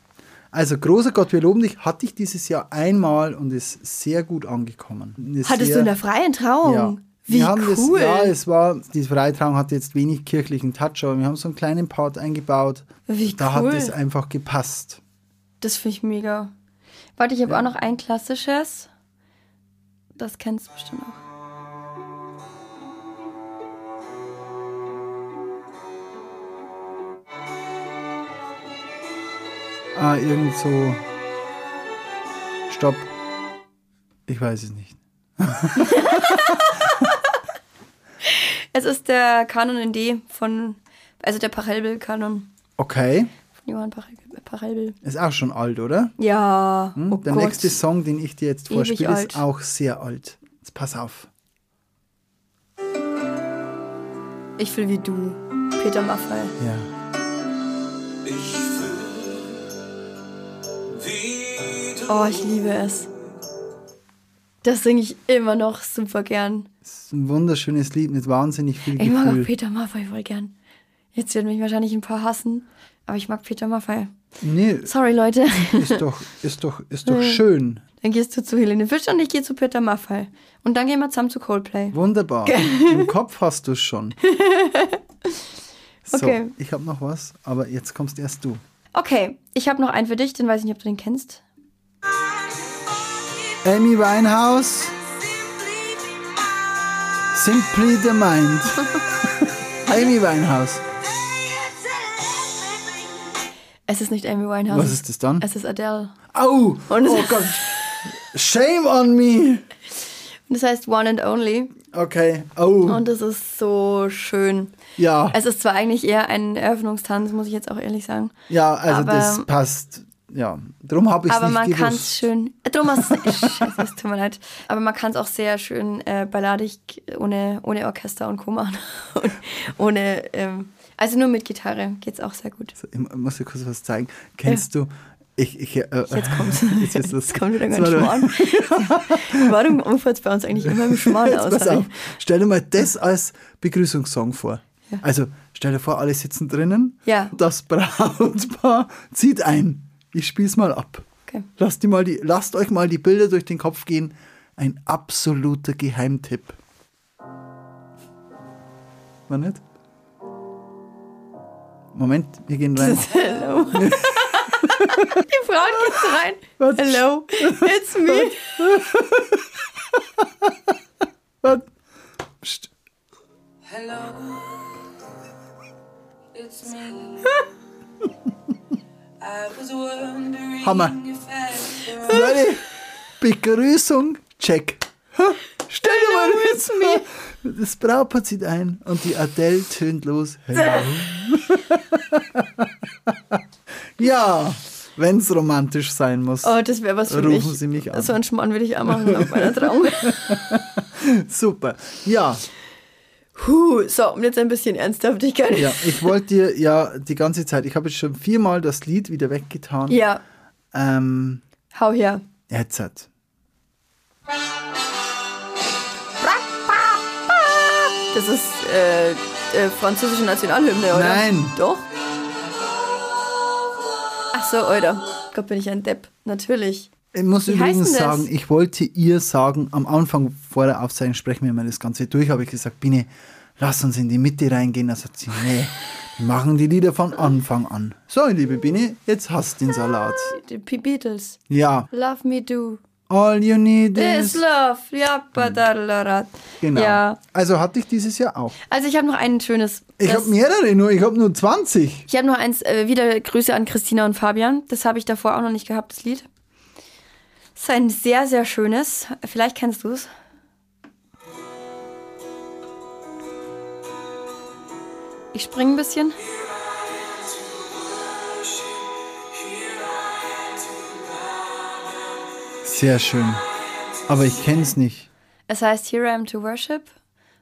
B: Also großer Gott, wir loben dich. Hatte ich dieses Jahr einmal und ist sehr gut angekommen. Eine
C: Hattest
B: sehr,
C: du in der freien Trauung?
B: Ja.
C: Wie
B: wir haben
C: cool.
B: Das, ja, es war, die Freitrauung hatte jetzt wenig kirchlichen Touch, aber wir haben so einen kleinen Part eingebaut.
C: Wie
B: da
C: cool.
B: hat es einfach gepasst.
C: Das finde ich mega. Warte, ich habe auch noch ein klassisches. Das kennst du bestimmt auch.
B: Ah, irgend so. Stopp. Ich weiß es nicht.
C: Es ist der Kanon in D von, also der Pachelbel-Kanon
B: Okay.
C: von Johann äh, Pachel- Pachelbel.
B: Ist auch schon alt, oder?
C: Ja,
B: Hm?
C: oh
B: Der
C: Gott.
B: nächste Song, den ich dir jetzt
C: Ewig
B: vorspiele, ist
C: alt.
B: auch sehr alt. Jetzt pass auf.
C: Ich will wie du, Peter Maffay.
B: Ja.
D: Ich will, wie du
C: Oh, ich liebe es. Das singe ich immer noch super gern.
B: Ist ein wunderschönes Lied mit wahnsinnig viel
C: Ich mag auch
B: Gefühl.
C: Peter Maffay voll gern. Jetzt werden mich wahrscheinlich ein paar hassen, aber ich mag Peter Äh. Maffay.
B: Nee,
C: Sorry, Leute.
B: ist doch, ist doch, ist doch schön.
C: Dann gehst du zu Helene Fischer und ich gehe zu Peter Maffay. Und dann gehen wir zusammen zu Coldplay.
B: Wunderbar. Im Kopf hast du es schon. So,
C: Okay.
B: ich habe noch was, aber jetzt kommst erst du.
C: Okay, ich habe noch einen für dich, den weiß ich nicht, ob du den kennst.
B: Amy Winehouse, Simply the Mind. Amy Winehouse.
C: Es ist nicht Amy Winehouse.
B: Was ist das dann?
C: Es ist Adele.
B: Au!
C: Und-
B: oh Gott. Shame on me.
C: Und das heißt One and Only.
B: Okay. Oh.
C: Und es ist so schön.
B: Ja.
C: Es ist zwar eigentlich eher ein Eröffnungstanz, muss ich jetzt auch ehrlich sagen.
B: Ja, also
C: aber-
B: das passt. Ja, drum habe ich es
C: Aber
B: nicht
C: man kann es
B: gewusst.
C: schön. Äh, Thomas, Scheiße, es tut mir leid. Aber man kann es auch sehr schön äh, balladig ohne, ohne Orchester und Co. machen. Und ohne, ähm, also nur mit Gitarre geht's auch sehr gut.
B: Ich muss dir kurz was zeigen. Kennst du? Ich, ich, äh,
C: Jetzt kommt's.
B: Jetzt, ist es-
C: Jetzt kommt wieder ganz
B: Warte mal.
C: Schmarrn. Warum fällt es bei uns eigentlich immer im Schmarrn
B: Jetzt
C: aus?
B: pass
C: Harry?
B: auf. Stell dir mal das als Begrüßungssong vor.
C: Ja.
B: Also stell dir vor, alle sitzen drinnen.
C: Ja.
B: Das Brautpaar zieht ein. Ich spiel's mal ab.
C: Okay.
B: Lasst, die mal die, lasst euch mal die Bilder durch den Kopf gehen. Ein absoluter Geheimtipp. War nicht? Moment, wir gehen rein.
C: Hello. Die Frau geht rein.
B: Was?
C: Hello, it's me.
B: Psst.
D: Hello, it's me. I was wondering
B: Hammer.
D: if I ever
B: Leute, Begrüßung, check. Ha, Stell dir mal jetzt mir. Das Brautpaar zieht ein und die Adele tönt los. Hello. ja, wenn's romantisch sein muss.
C: Oh, das wäre was für
B: Rufen
C: mich.
B: Sie mich an.
C: So einen Schmarrn würde ich auch machen auf meiner Traum.
B: Super. Ja,
C: Puh, so, und jetzt ein bisschen Ernsthaftigkeit.
B: ja, ich wollte dir ja die ganze Zeit, ich habe jetzt schon viermal das Lied wieder weggetan.
C: ja.
B: Ähm,
C: Hau her.
B: jetzt hat.
C: Das ist äh, äh, französische Nationalhymne, oder?
B: Nein.
C: Doch? Ach so, Alter. Gott, bin ich ein Depp. Natürlich.
B: Ich muss
C: Wie
B: übrigens
C: heißt denn das?
B: sagen, ich wollte ihr sagen, am Anfang vor der Aufzeichnung sprechen wir mal das Ganze durch, habe ich gesagt, Biene, lass uns in die Mitte reingehen. Da sagt sie, nee, wir machen die Lieder von Anfang an. So, liebe Biene, jetzt hast du den Salat.
C: Die P- Beatles.
B: Ja,
C: Love me do.
B: all you need is...
C: This love. Ja, badalarat.
B: Genau.
C: Ja.
B: Also hatte ich dieses Jahr auch.
C: Also ich habe noch ein schönes.
B: Ich
C: das-
B: habe mehrere nur, ich habe nur 20.
C: Ich habe noch eins, äh, wieder Grüße an Christina und Fabian. Das habe ich davor auch noch nicht gehabt, das Lied. Das ist ein sehr, sehr schönes. Vielleicht kennst du es. Ich springe ein bisschen.
B: Sehr schön. Aber ich kenne es nicht.
C: Es heißt Here I Am to Worship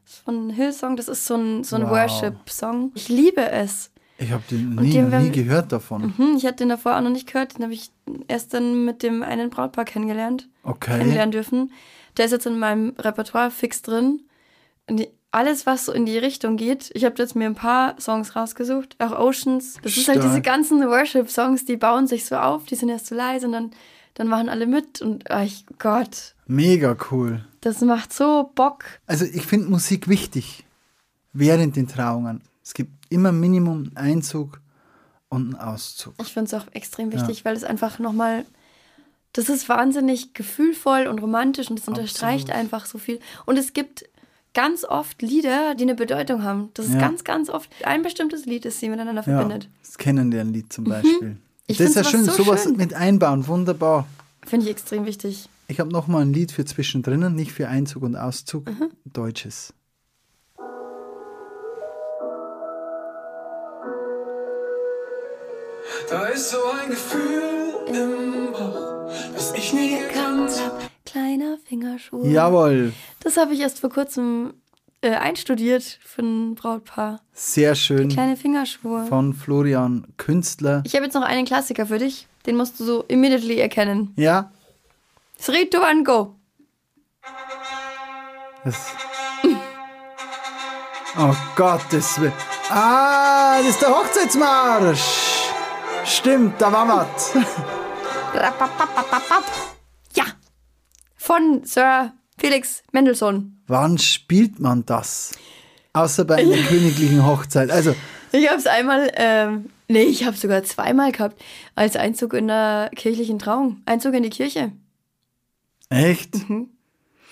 C: von Hillsong. Das ist so ein, so ein
B: Wow.
C: Worship-Song. Ich liebe es.
B: Ich habe den
C: Und
B: nie,
C: die
B: noch nie
C: haben-
B: gehört davon.
C: Hm, ich hatte den davor auch noch nicht gehört. Den habe ich erst dann mit dem einen Brautpaar kennengelernt.
B: Okay.
C: kennenlernen dürfen. Der ist jetzt in meinem Repertoire fix drin. Und die, alles, was so in die Richtung geht, ich habe jetzt mir ein paar Songs rausgesucht, auch Oceans. Das ist halt
B: Stark.
C: diese ganzen Worship-Songs, die bauen sich so auf, die sind erst so leise und dann, dann machen alle mit. Und ach Gott,
B: Mega cool.
C: das macht so Bock.
B: Also ich finde Musik wichtig während den Trauungen. Es gibt immer Minimum einen Einzug und einen Auszug.
C: Ich finde es auch extrem wichtig, weil es einfach nochmal. Das ist wahnsinnig gefühlvoll und romantisch und es unterstreicht einfach so viel. Und es gibt ganz oft Lieder, die eine Bedeutung haben. Das ist
B: Ja.
C: ganz, ganz oft ein bestimmtes Lied, das sie miteinander
B: Ja,
C: verbindet.
B: das Kennenlernlied zum Beispiel.
C: Mhm. Ich
B: das ist ja
C: find's
B: schön,
C: was so
B: sowas
C: schön.
B: mit einbauen, wunderbar.
C: Finde ich extrem wichtig.
B: Ich habe nochmal ein Lied für zwischendrin, nicht für Einzug und Auszug,
C: Mhm.
B: deutsches.
D: Da ist so ein Gefühl im Bauch, das ich nie gekannt hab.
C: Kleiner Fingerschuh.
B: Jawohl,
C: Das habe ich erst vor kurzem äh, einstudiert für ein Brautpaar.
B: sehr schön
C: Kleine Fingerschuhe.
B: von Florian Künstler.
C: Ich habe jetzt noch einen Klassiker für dich. Den musst du so immediately erkennen.
B: Ja,
C: Three, two, one, go.
B: das. Oh Gottes Willen. Ah, das ist der Hochzeitsmarsch. Stimmt, da war was.
C: Rapapapapap. Ja, von Sir Felix Mendelssohn.
B: Wann spielt man das? Außer bei einer königlichen Hochzeit. Also,
C: Ich habe es einmal, ähm, nee, ich habe sogar zweimal gehabt, als Einzug in der kirchlichen Trauung, Einzug in die Kirche.
B: echt? Ja,
C: Mhm.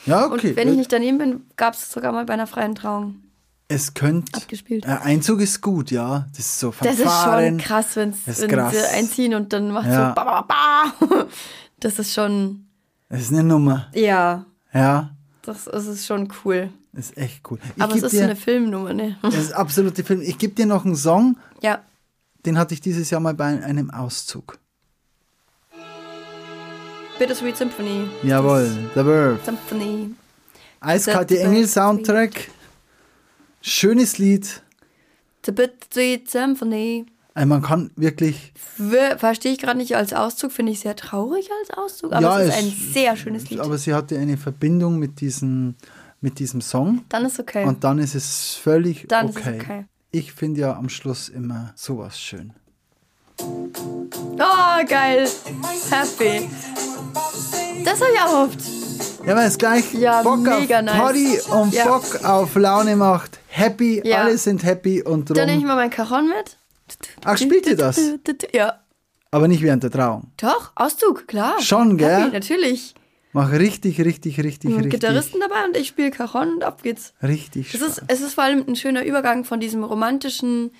C: Und
B: okay.
C: wenn ich nicht daneben bin, gab es sogar mal bei einer freien Trauung.
B: es könnte.
C: Abgespielt.
B: Äh, Einzug ist gut, ja. Das ist so
C: Das ist schon
B: Verfahren.
C: krass, wenn's,
B: Das ist
C: wenn
B: krass.
C: sie einziehen und dann macht
B: Ja.
C: so ba, ba, ba. Das ist schon,
B: Das ist eine Nummer.
C: ja,
B: Ja,
C: das, das ist schon cool.
B: das ist echt cool. Ich
C: Aber es
B: geb
C: ist
B: dir,
C: eine Filmnummer, ne?
B: Das ist absolute Film. Ich gebe dir noch einen Song,
C: Ja.
B: den hatte ich dieses Jahr mal bei einem Auszug.
C: Bittersweet Symphony.
B: Jawohl, The Verve.
C: Das- Symphony.
B: Eiskalte
C: The
B: Engel
C: Birth
B: Soundtrack. Schönes Lied.
C: The Bittersweet Symphony.
B: Also man kann wirklich,
C: Wir- Verstehe ich gerade nicht als Auszug, finde ich sehr traurig als Auszug, aber
B: Ja,
C: es ist
B: es-
C: ein sehr schönes Lied.
B: aber sie hatte eine Verbindung mit diesem, mit diesem Song
C: Dann ist okay.
B: und dann ist es völlig
C: Dann ist es
B: okay.
C: okay.
B: Ich finde ja am Schluss immer sowas schön.
C: Oh, geil. Happy. Das habe ich auch oft.
B: Ja, weil es gleich
C: Ja,
B: Bock
C: mega
B: auf
C: nice.
B: Party und
C: Ja.
B: Bock auf Laune macht. Happy,
C: Ja.
B: alle sind happy und
C: Dann nehme ich
B: drum.
C: mal mein Cajon mit.
B: Ach, spielt ihr das?
C: Ja.
B: Aber nicht während der Trauung.
C: Doch, Auszug, klar.
B: Schon, gell?
C: Happy, natürlich.
B: Mach richtig, richtig, richtig,
C: Einen
B: richtig.
C: Hm, Gitarristen dabei und ich spiele Cajon und ab geht's.
B: Richtig.
C: Es
B: Spaß.
C: ist, es ist vor allem ein schöner Übergang von diesem romantischen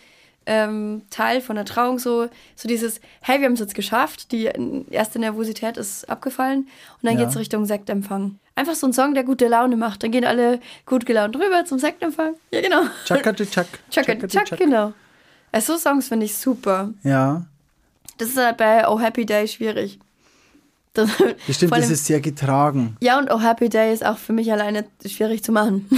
C: ähm, Teil von der Trauung, so, so dieses, hey, wir haben es jetzt geschafft, die erste Nervosität ist abgefallen und dann
B: Ja.
C: geht's Richtung Sektempfang. Einfach so ein Song, der gute Laune macht. Dann gehen alle gut gelaunt rüber zum Sektempfang. Ja, genau.
B: Chaka, chak.
C: Chuck, Chuck, genau. Also so Songs finde ich super.
B: Ja,
C: Das ist halt bei Oh Happy Day schwierig. Das,
B: das stimmt,
C: vor
B: das
C: allem-
B: ist sehr getragen.
C: ja, und Oh Happy Day ist auch für mich alleine schwierig zu machen.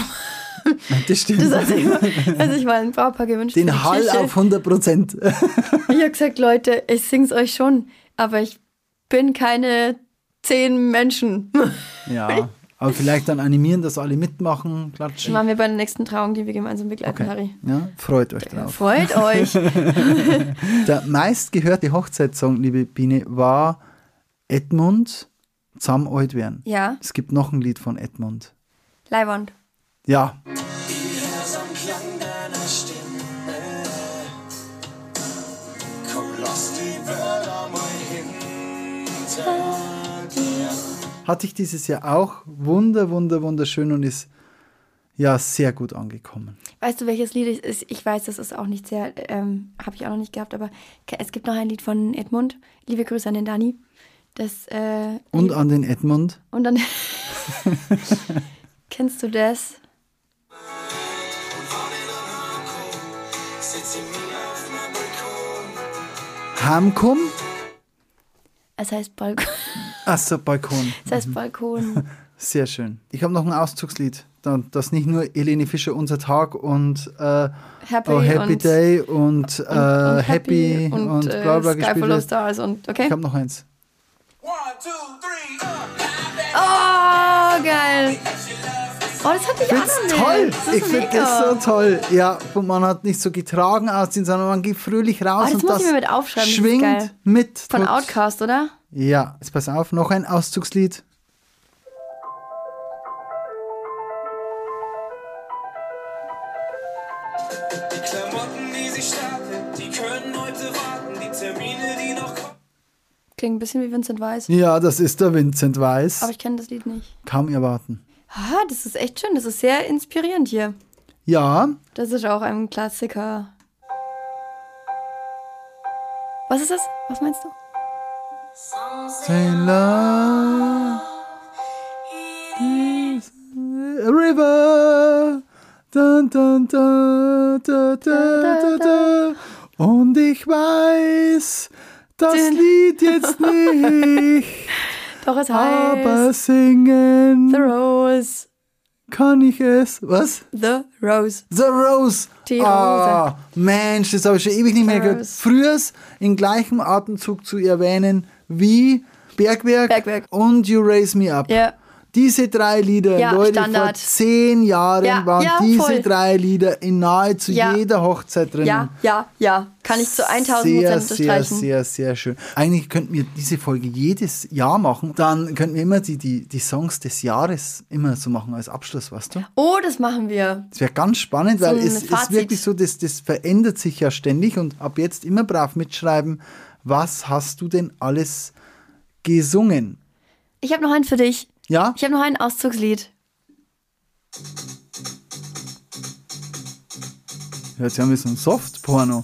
B: Das stimmt.
C: Das hat sich mal, hat sich mal ein Brautpaar gewünscht. für die
B: Den Hall
C: Kirche.
B: auf 100 Prozent.
C: Ich habe gesagt, Leute, ich sing's euch schon, aber ich bin keine zehn Menschen.
B: ja, aber vielleicht dann animieren, dass alle mitmachen,
C: Das
B: klatschen.
C: machen wir bei der nächsten Trauung, die wir gemeinsam begleiten, Harry.
B: Ja, freut euch drauf.
C: Freut euch.
B: Der meistgehörte Hochzeitssong, liebe Biene, war Edmund Zam alt werden.
C: Ja,
B: Es gibt noch ein Lied von Edmund.
C: Leiwand.
B: Ja, hatte ich dieses Jahr auch. Wunder, wunder, wunderschön und ist ja sehr gut angekommen.
C: Weißt du, welches Lied es ist? Ich weiß, das ist auch nicht sehr, ähm, habe ich auch noch nicht gehabt, aber ke- es gibt noch ein Lied von Edmund. Liebe Grüße an den Dani. Das, äh,
B: Und an den Edmund.
C: und dann. Kennst du das?
B: Hamkum?
C: Es heißt Balkon.
B: Achso, Balkon.
C: Es heißt Balkon.
B: Sehr schön. Ich habe noch ein Auszugslied, da- das nicht nur Elene Fischer Unser Tag und äh,
C: Happy
B: Oh Happy
C: und-
B: Day und, äh,
C: und
B: Happy, und,
C: äh,
B: bla bla
C: Sky
B: gespielt
C: Follow
B: wird.
C: Stars und okay.
B: Ich habe noch eins.
D: One, two, three,
C: Oh, geil. Oh, das hatte ich auch noch nicht.
B: Toll!
C: Das ist
B: Ich finde
C: mega.
B: das so toll. Ja, und man hat nicht so getragen ausziehen, sondern man geht fröhlich raus.
C: Oh, das
B: und
C: muss
B: das
C: ich mir mit aufschreiben, das ist
B: Schwingt
C: geil.
B: mit.
C: Von
B: Tot-
C: Outcast, oder?
B: Ja, jetzt pass auf, noch ein Auszugslied.
D: Die Klamotten, die sich stapeln, die können heute warten. Die Termine, die noch kommen.
C: Klingt ein bisschen wie Vincent Weiss.
B: Ja, das ist der Vincent Weiss.
C: Aber ich kenne das Lied nicht.
B: Kaum erwarten.
C: Ah, das ist echt schön. Das ist sehr inspirierend hier.
B: Ja,
C: Das ist auch ein Klassiker. Was ist das? Was meinst du?
B: Sailor River. Dun, dun, dun, dun, dun, dun, dun. Und ich weiß das
C: Dun.
B: Lied jetzt nicht,
C: Doch, es heißt
B: aber
C: The
B: singen
C: Rose.
B: kann ich es. Was?
C: The Rose.
B: The Rose.
C: Die
B: Ah, Mensch, das habe ich schon ewig nicht mehr gehört.
C: Rose.
B: Frühers in gleichem Atemzug zu erwähnen wie Bergwerk,
C: Bergwerk.
B: und You Raise Me Up.
C: Ja.
B: Diese drei Lieder,
C: Ja,
B: Leute, vor
C: Standard.
B: zehn Jahren
C: Ja,
B: waren
C: ja,
B: diese
C: voll.
B: drei Lieder in nahezu
C: Ja.
B: jeder Hochzeit drin.
C: Ja, ja, ja. Kann ich zu 1000
B: sehr,
C: Prozent
B: sehr,
C: unterstreichen.
B: sehr, sehr schön. Eigentlich könnten wir diese Folge jedes Jahr machen. Dann könnten wir immer die, die, die Songs des Jahres immer so machen als Abschluss, weißt du?
C: Oh, das machen wir.
B: Das wäre ganz spannend, weil
C: ein
B: es ist
C: Fazit.
B: wirklich so, das, das verändert sich ja ständig und ab jetzt immer brav mitschreiben, was hast du denn alles gesungen?
C: Ich habe noch einen für dich.
B: Ja?
C: Ich habe noch ein Auszugslied.
B: Hört sich an wie so ein Soft-Porno.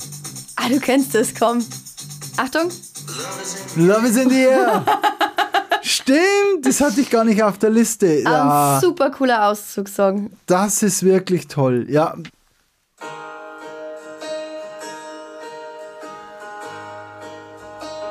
C: Ah, du kennst es, komm. Achtung.
B: Love is in the air! Stimmt, das hatte ich gar nicht auf der Liste.
C: Ein
B: Ja,
C: super cooler Auszugssong.
B: das ist wirklich toll. Ja,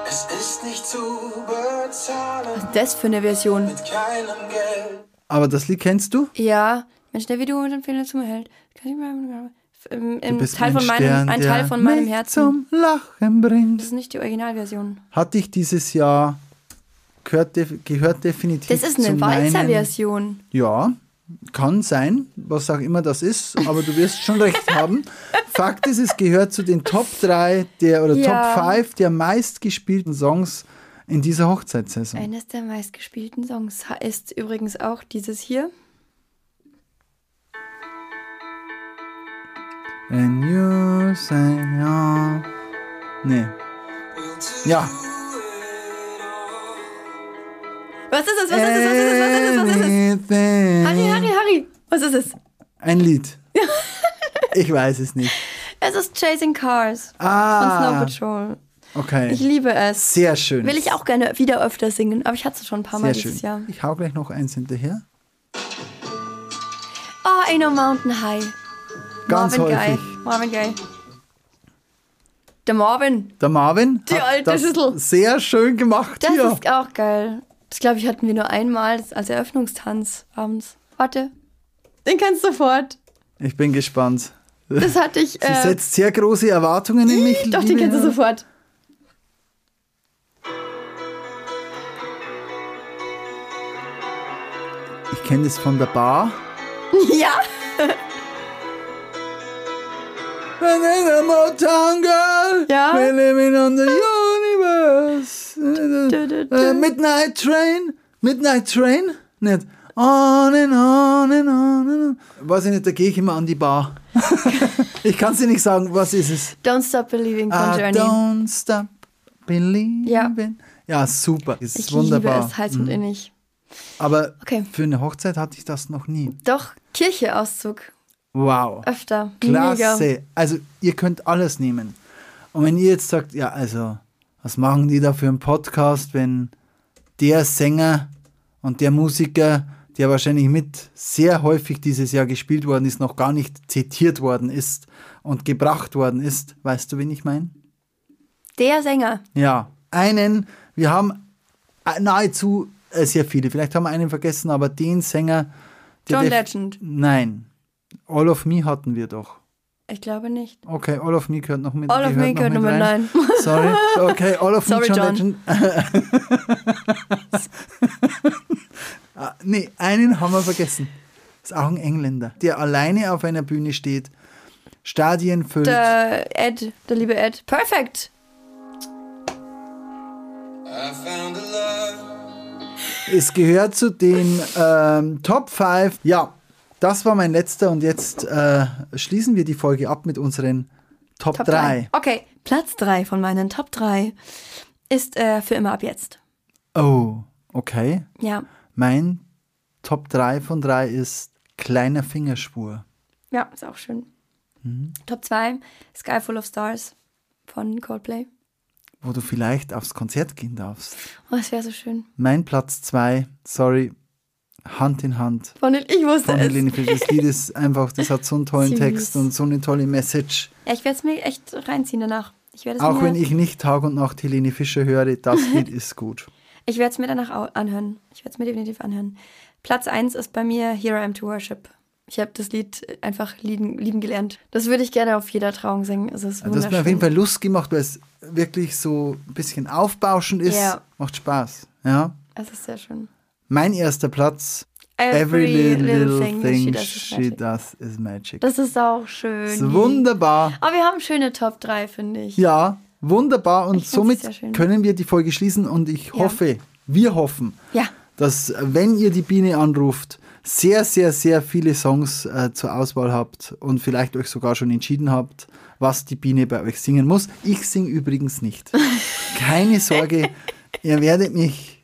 D: Es ist nicht zu bezahlen
C: Das für eine Version.
D: mit keinem Geld.
B: aber das Lied kennst du?
C: Ja, Mensch, der wie du mit dem Fehler zum Held. Kann ich mal- Im, im
B: bist
C: Teil von meinem,
B: Stern,
C: ein Teil
B: der
C: von meinem
B: mich
C: Herzen.
B: zum Lachen
C: Das
B: bringt.
C: ist nicht die Originalversion.
B: Hatte ich dieses Jahr gehört, def- gehört definitiv.
C: Das ist eine
B: zu meinen-
C: Walzer-Version.
B: Ja, kann sein, was auch immer das ist, aber du wirst schon recht haben. Fakt ist, es gehört zu den Top 3 der, oder
C: Ja.
B: Top 5 der meistgespielten Songs in dieser Hochzeitssaison.
C: Eines der meistgespielten Songs ha- ist übrigens auch dieses hier.
B: And you say, ja. Nee. Ja.
C: Was ist es? Was ist es? Was ist es? Was ist es?
B: Äh.
C: Was ist
B: Anything.
C: es? Harry, Harry, Harry. Was ist es?
B: Ein Lied. Ich weiß es nicht.
C: Es ist Chasing Cars von
B: Ah,
C: Snow Patrol. Ich
B: okay.
C: liebe es.
B: Sehr schön.
C: Will ich auch gerne wieder öfter singen, aber ich hatte es schon ein paar Mal
B: Sehr
C: dieses Jahr.
B: schön. Ich hau gleich noch eins hinterher.
C: Oh, Ain't No Mountain High.
B: Ganz
C: Marvin
B: häufig.
C: Gaye. Marvin Gaye. Der Marvin.
B: Der Marvin
C: Die
B: hat
C: alte
B: das
C: Schüssel.
B: sehr schön gemacht
C: Das
B: hier.
C: ist auch geil. Das glaube ich hatten wir nur einmal das- als Eröffnungstanz abends. Warte. Den kannst du sofort.
B: Ich bin gespannt.
C: Das hatte ich.
B: Sie
C: Äh,
B: setzt sehr große Erwartungen in mich.
C: doch, den
B: liebe
C: kannst du
B: Hörer.
C: sofort.
B: Ich kenne das von der Bar.
C: ja.
B: And in a Motown girl,
C: Ja.
B: we're living on the universe.
C: du, du, du.
B: Äh, midnight Train, Midnight Train, nicht. On and on and on and on. Weiß ich nicht, da gehe ich immer an die Bar. ich kann es dir nicht sagen, was ist es?
C: Don't Stop Believing von
B: I
C: Journey.
B: Ah, don't stop believing.
C: Ja.
B: ja, super. Es
C: Ich
B: ist wunderbar. Mhm.
C: liebe es heiß und innig.
B: Aber
C: Okay.
B: für eine Hochzeit hatte ich das noch nie.
C: Doch, Kirche-Auszug.
B: Wow.
C: Öfter.
B: Klasse.
C: Mega.
B: Also ihr könnt alles nehmen. Und wenn ihr jetzt sagt, ja, also, was machen die da für einen Podcast, wenn der Sänger und der Musiker, der wahrscheinlich mit sehr häufig dieses Jahr gespielt worden ist, noch gar nicht zitiert worden ist und gebracht worden ist, weißt du, wen ich meine?
C: Der Sänger.
B: Ja, einen, wir haben nahezu äh, sehr viele, vielleicht haben wir einen vergessen, aber den Sänger. der def-
C: John Legend.
B: Nein. All of Me hatten wir doch.
C: Ich glaube nicht.
B: Okay, All of Me gehört noch mit.
C: All of Me gehört noch mit rein.
B: Sorry. Okay, All of Me
C: Sorry,
B: John,
C: John.
B: Legend. Ah, nee, einen haben wir vergessen. Ist auch ein Engländer, der alleine auf einer Bühne steht, Stadien füllt.
C: Der Ed, der liebe Ed. Perfekt.
D: I found a love.
B: Es gehört zu den ähm, Top 5. Ja, das war mein letzter und jetzt äh, schließen wir die Folge ab mit unseren Top,
C: Top 3.
B: 3.
C: Okay, Platz 3 von meinen Top 3 ist äh, für immer ab jetzt.
B: Oh, okay.
C: Ja,
B: Mein Top 3 von 3 ist Kleiner Fingerspur.
C: ja, ist auch schön.
B: Mhm.
C: Top 2, Sky Full of Stars von Coldplay.
B: wo du vielleicht aufs Konzert gehen darfst.
C: Oh, es wäre so schön.
B: Mein Platz 2, sorry, Hand in Hand
C: Von den, ich wusste
B: von
C: es.
B: Helene Fischer. Das Lied ist einfach, das hat so einen tollen
C: Süß.
B: Text und so eine tolle Message.
C: Ja, ich werde es mir echt reinziehen danach. Ich werde es
B: Auch wenn
C: mir,
B: ich nicht Tag und Nacht Helene Fischer höre, das Lied ist gut.
C: ich werde es mir danach au- anhören. Ich werde es mir definitiv anhören. Platz 1 ist bei mir Here I Am to Worship. Ich habe das Lied einfach lieben, lieben gelernt. Das würde ich gerne auf jeder Trauung singen. Es ist
B: Das
C: wunderschön.
B: hat mir auf jeden Fall Lust gemacht, weil es wirklich so ein bisschen aufbauschend ist.
C: Ja.
B: Macht Spaß. Ja.
C: Es ist sehr schön.
B: Mein erster Platz Every little, little thing,
C: that
B: she,
C: does
B: does,
C: is magic.
B: is magic.
C: Das ist auch schön.
B: ist wunderbar.
C: Aber wir haben schöne Top 3, finde ich.
B: Ja, wunderbar. Und
C: Ich find's
B: somit
C: sehr schön.
B: können wir die Folge schließen und ich hoffe, wir hoffen,
C: Ja.
B: dass, wenn ihr die Biene anruft, sehr, sehr, sehr viele Songs äh, zur Auswahl habt und vielleicht euch sogar schon entschieden habt, was die Biene bei euch singen muss. Ich singe übrigens nicht. Keine Sorge, ihr werdet mich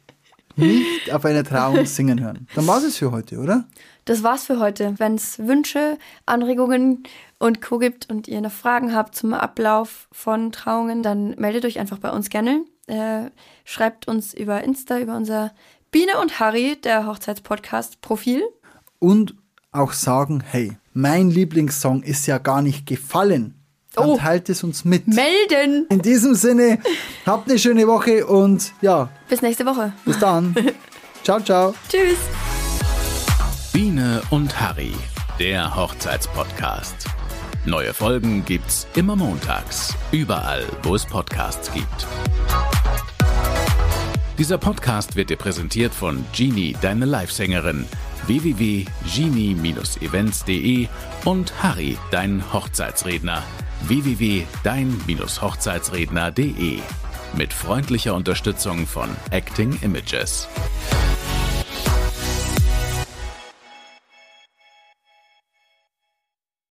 B: nicht auf einer Trauung singen hören. Dann war es für heute, oder?
C: Das war's für heute. Wenn es Wünsche, Anregungen und Co. gibt und ihr noch Fragen habt zum Ablauf von Trauungen, dann meldet euch einfach bei uns gerne. Äh, schreibt uns über Insta, über unser Biene und Harry, der Hochzeitspodcast-Profil.
B: und auch sagen, hey, mein Lieblingssong ist ja gar nicht gefallen. Dann
C: Oh.
B: teilt es uns mit.
C: Melden!
B: In diesem Sinne, habt eine schöne Woche und ja,
C: Bis nächste Woche.
B: bis dann. ciao, ciao.
C: Tschüss!
A: Biene und Harry, der Hochzeitspodcast. Neue Folgen gibt's immer montags, überall, wo es Podcasts gibt. Dieser Podcast wird dir präsentiert von Genie, deine Livesängerin, www.genie-events.de und Harry, dein Hochzeitsredner, www.dein-hochzeitsredner.de. Mit freundlicher Unterstützung von Acting Images.